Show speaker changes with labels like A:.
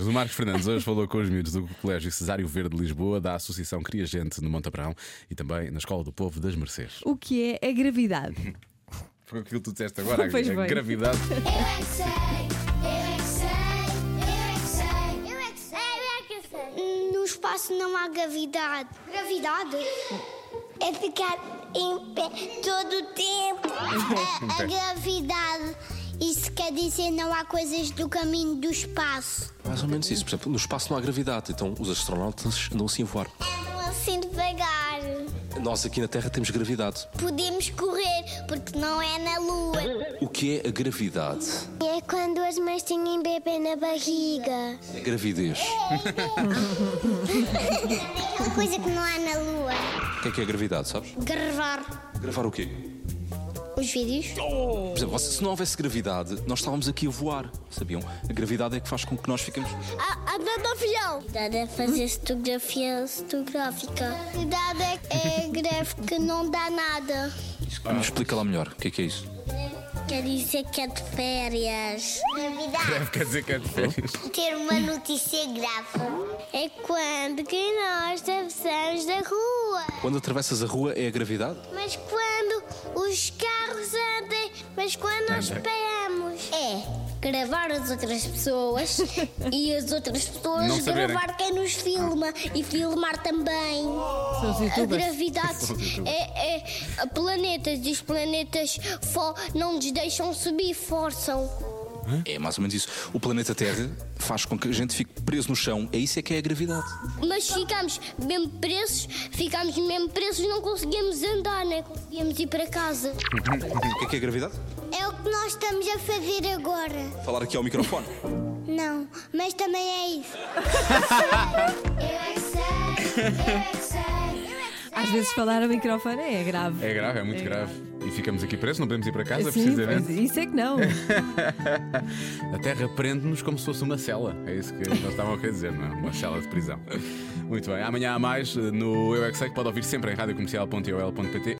A: O Marcos Fernandes hoje falou com os miúdos do Colégio Cesário Verde de Lisboa, da Associação Cria Gente no Montaprão e também na Escola do Povo das Mercês.
B: O que é a gravidade?
A: Foi aquilo que tu disseste agora, a-
B: Pois
A: a
B: bem.
A: gravidade.
C: Eu é que sei, eu é que sei, eu é que sei, eu é que sei, eu é que sei. No espaço não há gravidade. Gravidade? É ficar em pé todo o tempo. A, a gravidade, isso quer dizer não há coisas do caminho do espaço.
D: Mais ou menos isso. Por exemplo, no espaço não há gravidade, então os astronautas andam assim a voar.
C: Andam assim devagar.
D: Nós aqui na Terra temos gravidade.
C: Podemos correr, porque não é na lua.
D: O que é a gravidade?
C: É quando as mães têm bebê na barriga.
D: É a gravidez.
C: Aquela É coisa que não há na lua.
D: O que é que é a gravidade, sabes?
C: Gravar
D: Gravar o quê?
C: os vídeos.
D: Por exemplo, se não houvesse gravidade, nós estávamos aqui a voar, sabiam? A gravidade é que faz com que nós fiquemos.
C: Ah, A andando avião. Dá é fazer fotografia fotográfica. Dá é, é greve que não dá nada.
D: Me explica lá melhor, o que é que é isso?
C: Quer dizer que é de férias.
A: Deve quer dizer que é de férias.
C: Ter uma notícia grave. É quando que nós atravessamos da rua.
D: Quando atravessas a rua é a gravidade?
C: Mas quando os carros andam, mas quando nós paramos. É gravar as outras pessoas e as outras pessoas
A: Não saberem.
C: gravar quem nos filma e filmar também.
B: São os
C: A
B: youtubers.
A: São os
C: gravidade
A: youtubers.
C: é, é planetas e os planetas fo- não nos deixam subir, forçam.
D: É mais ou menos isso. O planeta Terra faz com que a gente fique preso no chão, é isso é que é a gravidade.
C: Mas ficamos mesmo presos, ficamos mesmo presos, não conseguimos andar, nem conseguimos ir para casa.
D: O que é que é a gravidade?
C: É o que nós estamos a fazer agora.
D: Falar aqui ao microfone.
C: Não, mas também é isso. eu é que sei, eu é que sei, eu é que sei.
B: Às vezes falar a microfone é grave.
A: É grave, é muito grave. E ficamos aqui presos, não podemos ir para casa,
B: Sim, pois,
A: precisamente.
B: isso é que não.
A: A terra prende-nos como se fosse uma cela. É isso que nós estavam a querer dizer, não é? Uma cela de prisão. Muito bem, amanhã há mais no Eu é que Sei, que pode ouvir sempre em radiocomercial.ol.pt